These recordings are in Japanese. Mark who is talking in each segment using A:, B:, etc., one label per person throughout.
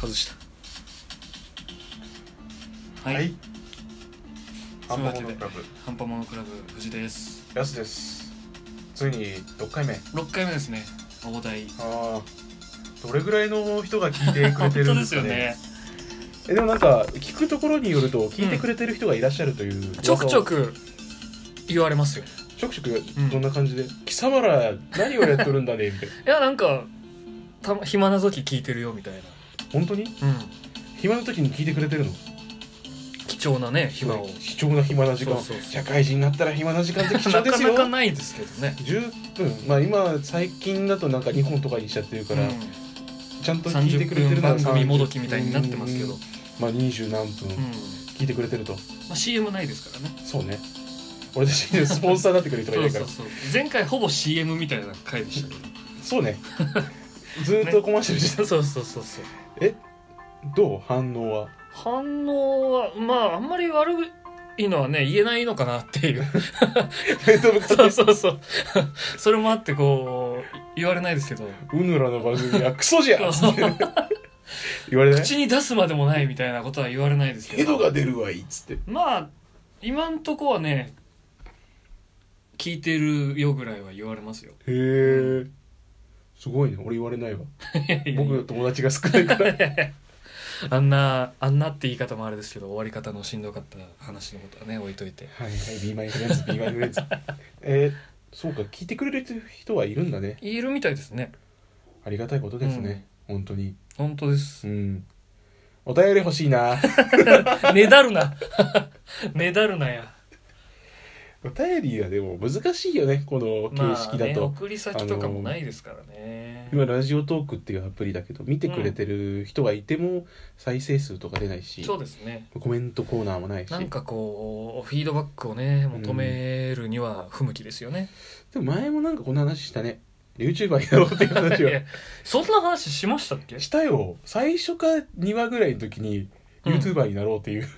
A: 外した
B: はい、
C: はい。
B: そ
C: ア
B: う
C: ン
B: いう
C: パ
B: わけ
C: モノ
B: で
C: クラブ。
B: ハンパモノクラブ藤です
C: やすです。ついに6回目。
B: 6回目ですね大台
C: ああ。どれぐらいの人が聞いてくれてるんですか
B: 本当
C: ね。えでもなんか聞くところによると聞いてくれてる人がいらっしゃるという、
A: ちょくちょく言われますよ
C: ちょくちょくどんな感じで、貴様ら何をやっとるんだねみたいな
A: いやなんかたま暇な時聞いてるよみたい
C: 本当に
A: な、うん、
C: 暇な時に聞いてくれてるの
A: 貴重なね暇を
C: 貴重な暇な時間
A: そうそうそう
C: 社会人になったら暇な時間って貴重
A: な
C: で
A: か
C: すよ
A: なかないですけどね、
C: 10分まあ今最近だとなんか2本とかにしちゃってるから、
A: う
C: ちゃんと
A: ん、
C: 聞いて
A: 30
C: くれて
A: 分
C: るのは
A: 番組もどきみたいになってますけど、
C: う
A: うん
C: んまあ二十何分聞いてくれてると、
A: まあ、CM ないですからね
C: そうね俺たち にスポンサーになってくれる人がい
A: そ
C: な
A: う
C: いか
A: そ
C: ら
A: うそう前回ほぼ CM みたいな回でしたけ
C: そうねずーっとコマーシャルしてた、
A: ど そうそうそうそう
C: どう反応は
A: 反応はまああんまり悪いのはね言えないのかなって いう
C: 面と向か
A: そう
C: って
A: そうそうそれもあってこう言われないですけど
C: うぬらの番組はクソ じゃん言われない
A: 口に出すまでもないみたいなことは言われないですけ
C: ヘ
A: ど
C: ドが出るわいっつって
A: まあ今んとこはね聞いてるよぐらいは言われますよ
C: へえすごいね俺言われ ないわ僕友達が少な いから
A: あんなあんなって言い方もあれですけど終わり方のしんどかった話のことはね置いといて
C: はいはい b マイフレンズ b マイフレンズえー、そうか聞いてくれる人はいるんだね
A: 言えるみたいですね
C: ありがたいことですね、本当に
A: 本当 です
C: うんお便り欲し いな
A: ねだるな ねだるなや
C: お便りはでも難しいよねこの形式だと、
A: まあね、送り先とかもないですからね、
C: 今ラジオトークっていうアプリだけど見てくれてる人がいても再生数とか出ないし、
A: そうですね
C: コメントコーナーもないし
A: なんかこうフィードバックをね求めるには不向きですよね、
C: でも前もなんかこんな話したね YouTuber になろうっていう 話
A: いや
C: は
A: そんな話しましたっけ
C: したよ最初か2話ぐらいの時に
A: うん
C: YouTuber になろうっていう、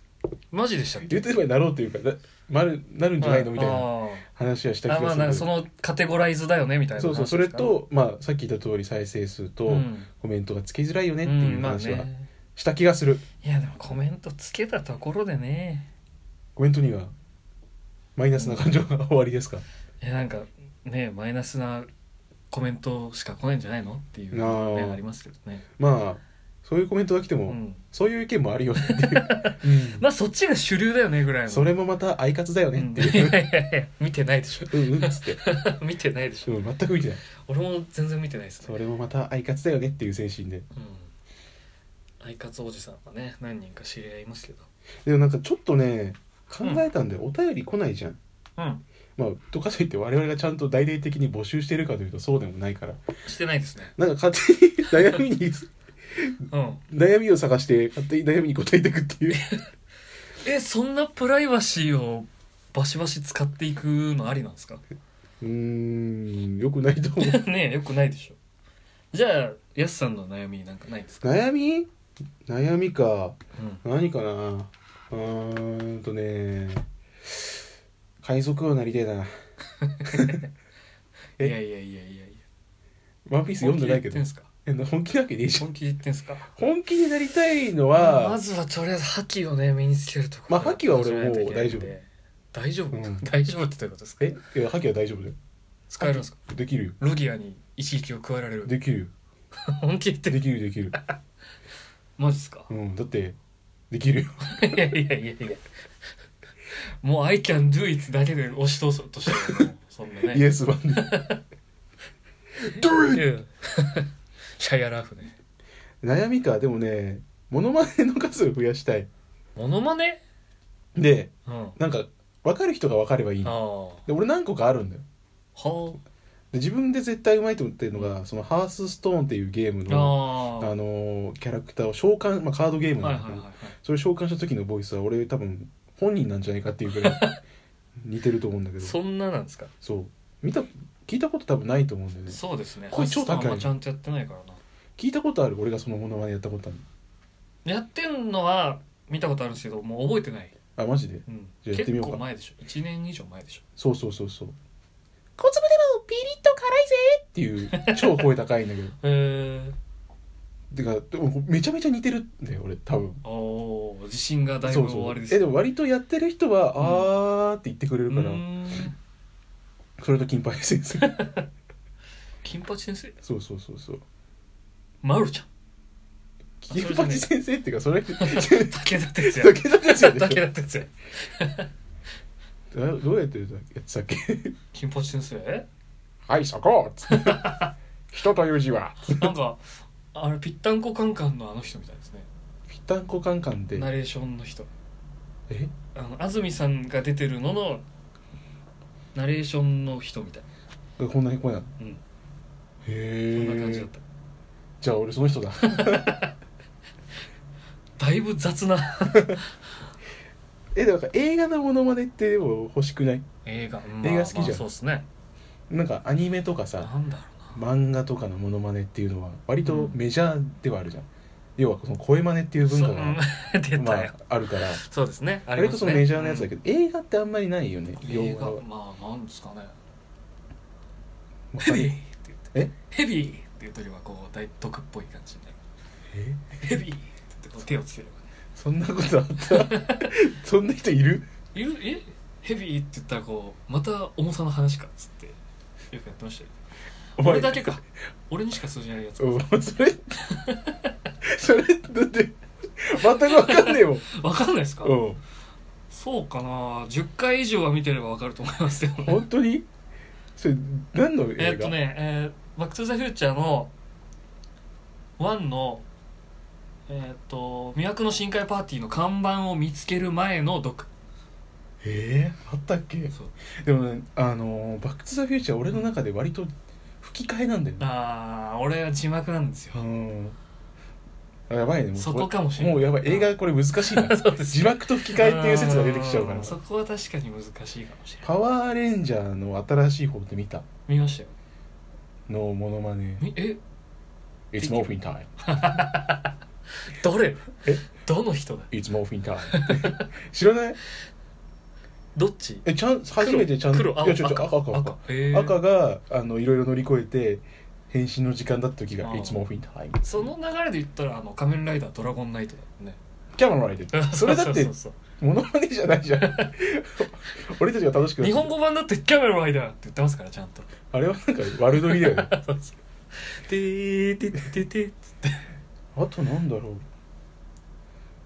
A: マジでしたっけ
C: YouTuber になろうというかななるなるんじゃないのみたいな
A: あ
C: 話はした気
A: ー
C: が
A: あ
C: する
A: まあなんかそのカテゴライズだよねみたいな
C: そうそうそ
A: 話で
C: れ
A: すか
C: と、まあ、さっき言った通り再生数と、
A: うん
C: コメントがつけづらいよねって
A: う
C: いうん
A: まあ
C: 話は
A: ね
C: した気がする、
A: いやでもコメントつけたところでね
C: コメントにはマイナスな感情が終わりですか、
A: いやなんかねマイナスなコメントしか来ないんじゃないのっていうのが
C: あ
A: ね
C: ー
A: ありますけどね、
C: まあそういうコメントが来て
A: う
C: も、
A: ん、
C: そういう意見もあるよねっていう、
A: まあそっちが主流だよねぐらいの
C: それもまた「アイカツだよね」って
A: うん
C: い
A: いうやいやいや見てないで しょ
C: うんうんっつって、
A: 見てないでしょ
C: うん、全く見てない
A: 俺も全然見てないです
C: そ
A: ね
C: れもまた「アイカツだよね」っていう精神で
A: うん相方おじさんはね何人か知り合いますけど
C: でもなんかちょっとね考えたんで、お便り来ないじゃん
A: うん
C: まあとかといって我々がちゃんと大々的に募集してるかというとそうでもないから
A: してないですね
C: なんか勝手に 悩みに
A: うん
C: 悩みを探して勝手に悩みに答えていくっていう
A: えそんなプライバシーをバシバシ使っていくのありなんですか
C: うーんよくないと思 う
A: ねえよくないでしょじゃあやすさんの悩みなんかないですか、
C: 悩み悩みか
A: うん、
C: 何かなうーんとね海賊王なりてえなえ
A: いやいやいやいやいや
C: ワンピース読んでないけ
A: 本気で言って
C: ど
A: んすか
C: え本気なわけねえじゃん
A: 本気で言ってんすか
C: 本気になりたいの
A: ま
C: は
A: ずはとりあえず覇気をね身につけるとこ
C: まあ覇気は俺もう大丈夫
A: 大丈夫、
C: うん
A: 大丈夫ってどういうことですか
C: えいや覇気は大丈夫だよ
A: 使えるんですか
C: できるよ
A: ロギアに一撃を加えられる
C: できるよ
A: 本気で言って
C: で
A: る
C: きるできる
A: マジっすか
C: うんだってできるよ
A: いやいやいやいやもう「I can do it」だけで押し通そうとしてるもうそんなね
C: イエスマンで Do it！
A: うん シャイアラーフね
C: 悩みかでもねモノマネの数を増やしたい
A: モノマネ
C: で
A: うんあ
C: なんか分かる人が分かればいい
A: あ
C: の
A: は
C: で俺何個かあるんだよで自分で絶対うまいと思ってるのがそのハースストーンっていうゲーム
A: あ
C: の
A: あ
C: あのーキャラクターを召喚、まあ、カードゲーム
A: は
C: ないん
A: は
C: だ
A: い
C: けど、
A: はいはい
C: それ召喚した時のボイスは俺多分本人なんじゃないかっていうぐ らい似てると思うんだけど
A: そんななんですか
C: そう見た聞いたこと多分ないと思うんだよね
A: そうですね
C: 声超高
A: ハ
C: い
A: ッサンはちゃんとやってないからな
C: 聞いたことある俺がそのモノマネやったことある
A: やってんのは見たことあるんですけどもう覚えてない、
C: あマジで
A: うん、
C: じゃあやってみようか
A: 結構前でしょ1年以上前でしょ
C: そうそうそうそう小 粒でもピリッと辛いぜっていう超声高いんだけど
A: へえ
C: てかでもめちゃめちゃ似てるんだよ俺多分
A: おー自信がだい
C: そ
A: ぶ
C: うそう
A: 終わりです
C: え
A: ね
C: でも割とやってる人は「あー」って言ってくれる
A: う
C: から、
A: ーん
C: それと金八 先生
A: 金八先生
C: そうそうそうそう
A: マロち ゃんそれ
C: 金
A: じゃねえ
C: 八先生っていうかそれ武田
A: 武田鉄矢
C: 鉄矢でしょ
A: 武田鉄矢
C: あどうやってやってたっけ
A: 金八先生
C: はいそこっつって 人という字は
A: なんかあれぴったんこカンカンのあの人みたいですね
C: ぴったんこカンカンで
A: ナレーションの人
C: え
A: あの安住さんが出てるののナレーションの人みたい
C: こんなにこんなへ
A: うんそんな感じだ
C: え
A: った
C: じゃあ俺その人だ
A: だいぶ雑 な
C: えだから映画のモノマネってでも欲しくない
A: 映画、
C: 映画好きじゃん
A: まあそうっすね
C: なんかアニメとかさ
A: なんだろ
C: 漫画とかのモノマネっていうのは割と
A: うん
C: メジャーではあるじゃん、要はその声マネっていう
A: う
C: 文
A: そ
C: 化
A: う
C: が、
A: うん 出
C: ま
A: たよ
C: あ、あるから
A: そうですねあり
C: 割
A: ま
C: と
A: す
C: そ
A: ね
C: のメジャーなやつだけど、映画ってあんまりないよね洋
B: 映
C: 画
B: 画
C: は
B: まあなんですかね
A: うん
C: ま
A: ヘ
C: あ
A: ビーって言ってヘビーって言うと
B: というはこう大毒っぽい感じになる
C: え
A: ヘビーって言ってこう手をつければね
C: そんなことあった そんな人いる
A: いるえヘビーって言ったらこうまた重さの話かっつってよくやってましたよ
C: お前
A: 俺だけか俺にしか通じないやつ
C: うんそれそれだって全く分かんね えよ、
A: わかんないですか
C: うん、
A: そうかな10回以上は見てればわかると思いますよね
C: 本当にそれ何の映画
A: えーっとね、えーバック・トゥ・ザ・フューチャー」の1のえーっと「魅惑の深海パーティー」の看板を見つける前の毒
C: えー、あったっけ
A: そう
C: でもねあのーバック・トゥ・ザ・フューチャー」俺の中で割と吹き替えなんだよね
A: ああ俺は字幕なんですよ
C: うんあやばいねもう
A: そこかもしれない
C: もうやばい映画これ難しいな
A: そうです
C: 字幕と吹き替えっていう説が出てきちゃうから
A: んそこは確かに難しいかもしれない
C: パワーレンジャーの新しい方って見た
A: 見ましたよ
C: のモノマネ
A: みえ
C: It's morphine time
A: 誰
C: え
A: どの人だ
C: It's morphine time 知らない
A: どっち
C: えちゃん初めてちゃんと
A: 黒
C: いや
A: 黒
C: ちょ
A: 青
C: ちょ赤赤赤
A: 赤へー
C: 赤があのいろいろ乗り越えて変身の時間だった時が
A: あ
C: 「
A: ー
C: It's morphine time
A: その流れで言ったらあの仮面ライダードラゴンナイトだもんね」
C: キャメラライダー それだって
A: う そうそう
C: モノマネじゃないじゃん俺たちが楽しく
A: 日本語版だってキャメラライダーって言ってますからちゃん と
C: あれはなんか悪取りだ よね
A: てーてーてーてー
C: あとなんだろう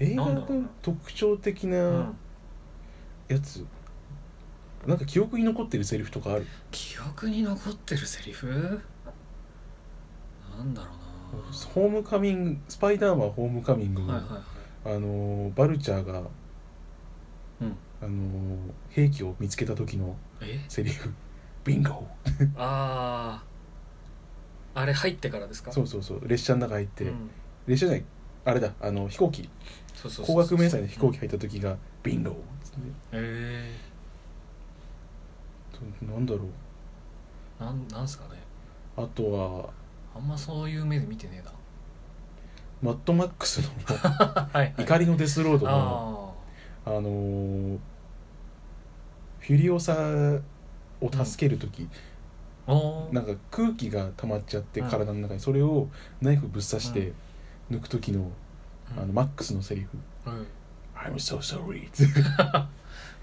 C: 映画
A: なんだろう
C: の
A: な
C: 特徴的 なやつなんか記憶に残ってるセリフとかある
A: 記憶に残ってるセリフなんだろ
C: ホームカミングスパイダーマンホームカミング
A: う
C: の、
A: なはいはいはい
C: あのーバルチャーが、
A: うん
C: あのー兵器を見つけた時の
A: え
C: セリフビンゴ
A: あああれ入ってからですか
C: そうそうそう列車の中入って、
A: うん
C: 列車じゃないあれだあの飛行機
A: そうそうそう
C: 高額明細の飛行機入った時が、ビンゴ
A: え
C: となんだろう
A: えなんなんすかね
C: あとは
A: あんまそういう目で見てねえ
C: マッドマックスの
A: なはい、
C: 怒りのデスロードの
A: あ
C: あのーフュリオサを助ける時、
A: あお
C: な
A: ー
C: んか空気が溜まっちゃって
A: うん
C: 体の中にそれをナイフぶっ刺して抜く時の,、
A: うん
C: あのマックスのセリフ
A: うん
C: 「I'm so sorry」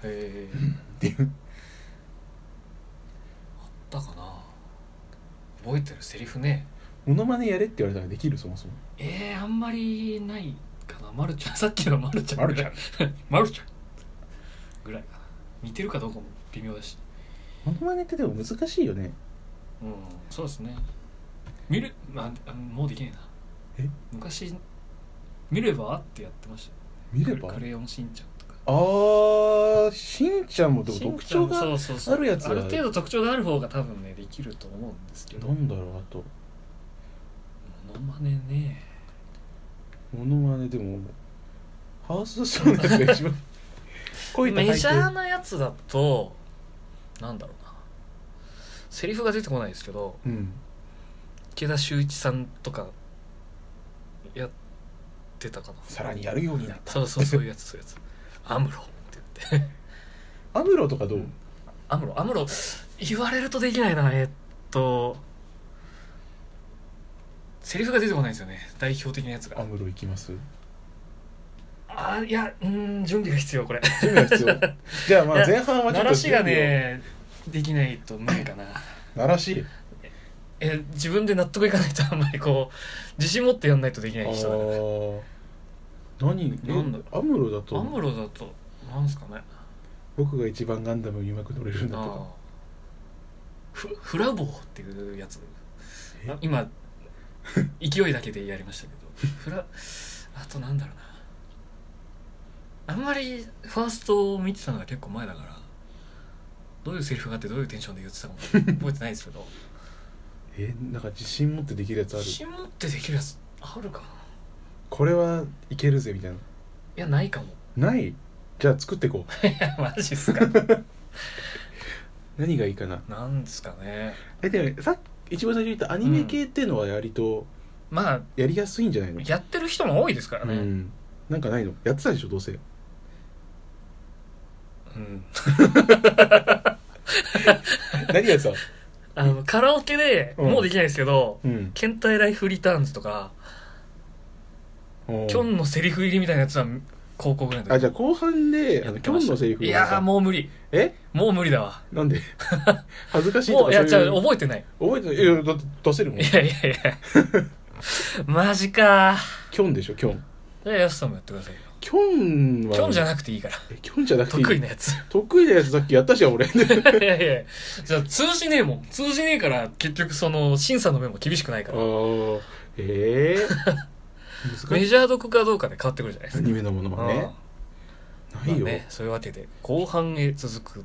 A: ええ
C: っていう
A: だかな覚えてるセリフね
C: モノマネやれって言われたらできるそもそも
A: えー、あんまりないかなまるちゃんさっきのまるちゃん
C: まるちゃん
A: まるちゃんぐらいかな似てるかどうかも微妙だし
C: モノマネってでも難しいよね
A: うんそうですね見るああもうできねえ
C: え
A: な昔見ればってやってましたよ
C: 見れば
A: クレヨンしんちゃんとか
C: あーしんちゃんもでも特徴
A: しんちゃん
C: が
A: もそうそうそう
C: あるやつは
A: ある程度特徴がある方が多分ねできると思うんですけど
C: なんだろうあと
A: モノマネね
C: モノマネでもハースストーンのやつ が一番こういった
A: メジャー
C: 背景
A: なやつだとなんだろうなセリフが出てこないですけど
C: うん
A: 池田秀一さんとかやってたかな
C: さらにやるようになった
A: そうそうそういうやつそういうやつアムロって言って
C: アムロとかどう、
A: うんアムロアムロ言われるとできないなえっとセリフが出てこないんですよね代表的なやつ
C: ア
A: が
C: ムロ行きます
A: あーいやうーん準備が必要これ
C: 準備は必要じゃあまあ
A: いや
C: 前半は
A: 鳴
C: ちょっと
A: らしが
C: 準備を
A: ねできないと無理かな
C: 鳴らし
A: え自分で納得いかないとあんまりこう自信持ってやんないとできない人だか
C: あー何
A: なんだ
C: えアムロだ
A: らア
C: と
A: ムロだとなんですかね
C: 僕が一番ガンダムうまく乗れるんだと
A: あ
C: か
A: フフラボーっていうやつ
C: え
A: あ今勢いだけでやりましたけどフラあとなんだろうなあんまりファーストを見てたのが結構前だからどういうセリフがあってどういうテンションで言ってたかも覚えてないですけ ど
C: えなんか自信持ってできるやつある
A: 自信持ってできるやつあるかない
C: これはいけるぜみたい
A: やないかも
C: なないじゃあ作っていこう
A: いやマジっすか
C: 何がいいかな
A: なんですかね
C: えでもさっき一番最初に言ったアニメ系っていうのは割と
A: まあ
C: やりやすいんじゃないの、
A: やってる人も多いですからね
C: う、んなんかないのやってたでしょど うせ
A: うん
C: 何やってた
A: あのカラオケで
C: うん
A: もうできないですけど、
C: うん
A: ケンタイライフリターンズとか、
C: おー
A: キョンのセリフ入りみたいなやつは高校ぐらいの時
C: あじゃあ後半で
A: やっ
C: あの
A: て
C: キ
A: ま
C: ョ
A: し
C: ン
A: た
C: のセリフ
A: いやーもう無理
C: え
A: もう無理だわ
C: な んで恥ずかしいと
A: もう
C: か
A: いや
C: そういう
A: じゃあ覚えてない
C: 覚えてないいやだって出せるもん
A: いやいやい やマジか
C: キョンでしょキョン
A: じゃあヤスさんもやってくださいよ
C: キョンは
A: キョンじゃ
C: な
A: なくていいから
C: キョンじゃなくていい
A: 得意なやつ い
C: 得意なやつさっきやったじ ゃん俺あ
A: やいやいやじゃあ通じねえもん通じねえから結局その審査の面も厳しくないから
C: ーええ 難
A: メ
C: しい
A: ジャーどこかどうかで変わってくるじゃないで
C: ア
A: すか
C: ニメのものはね
A: う
C: ない
A: ん
C: よ、
A: まあねそういうわけで後半へ続く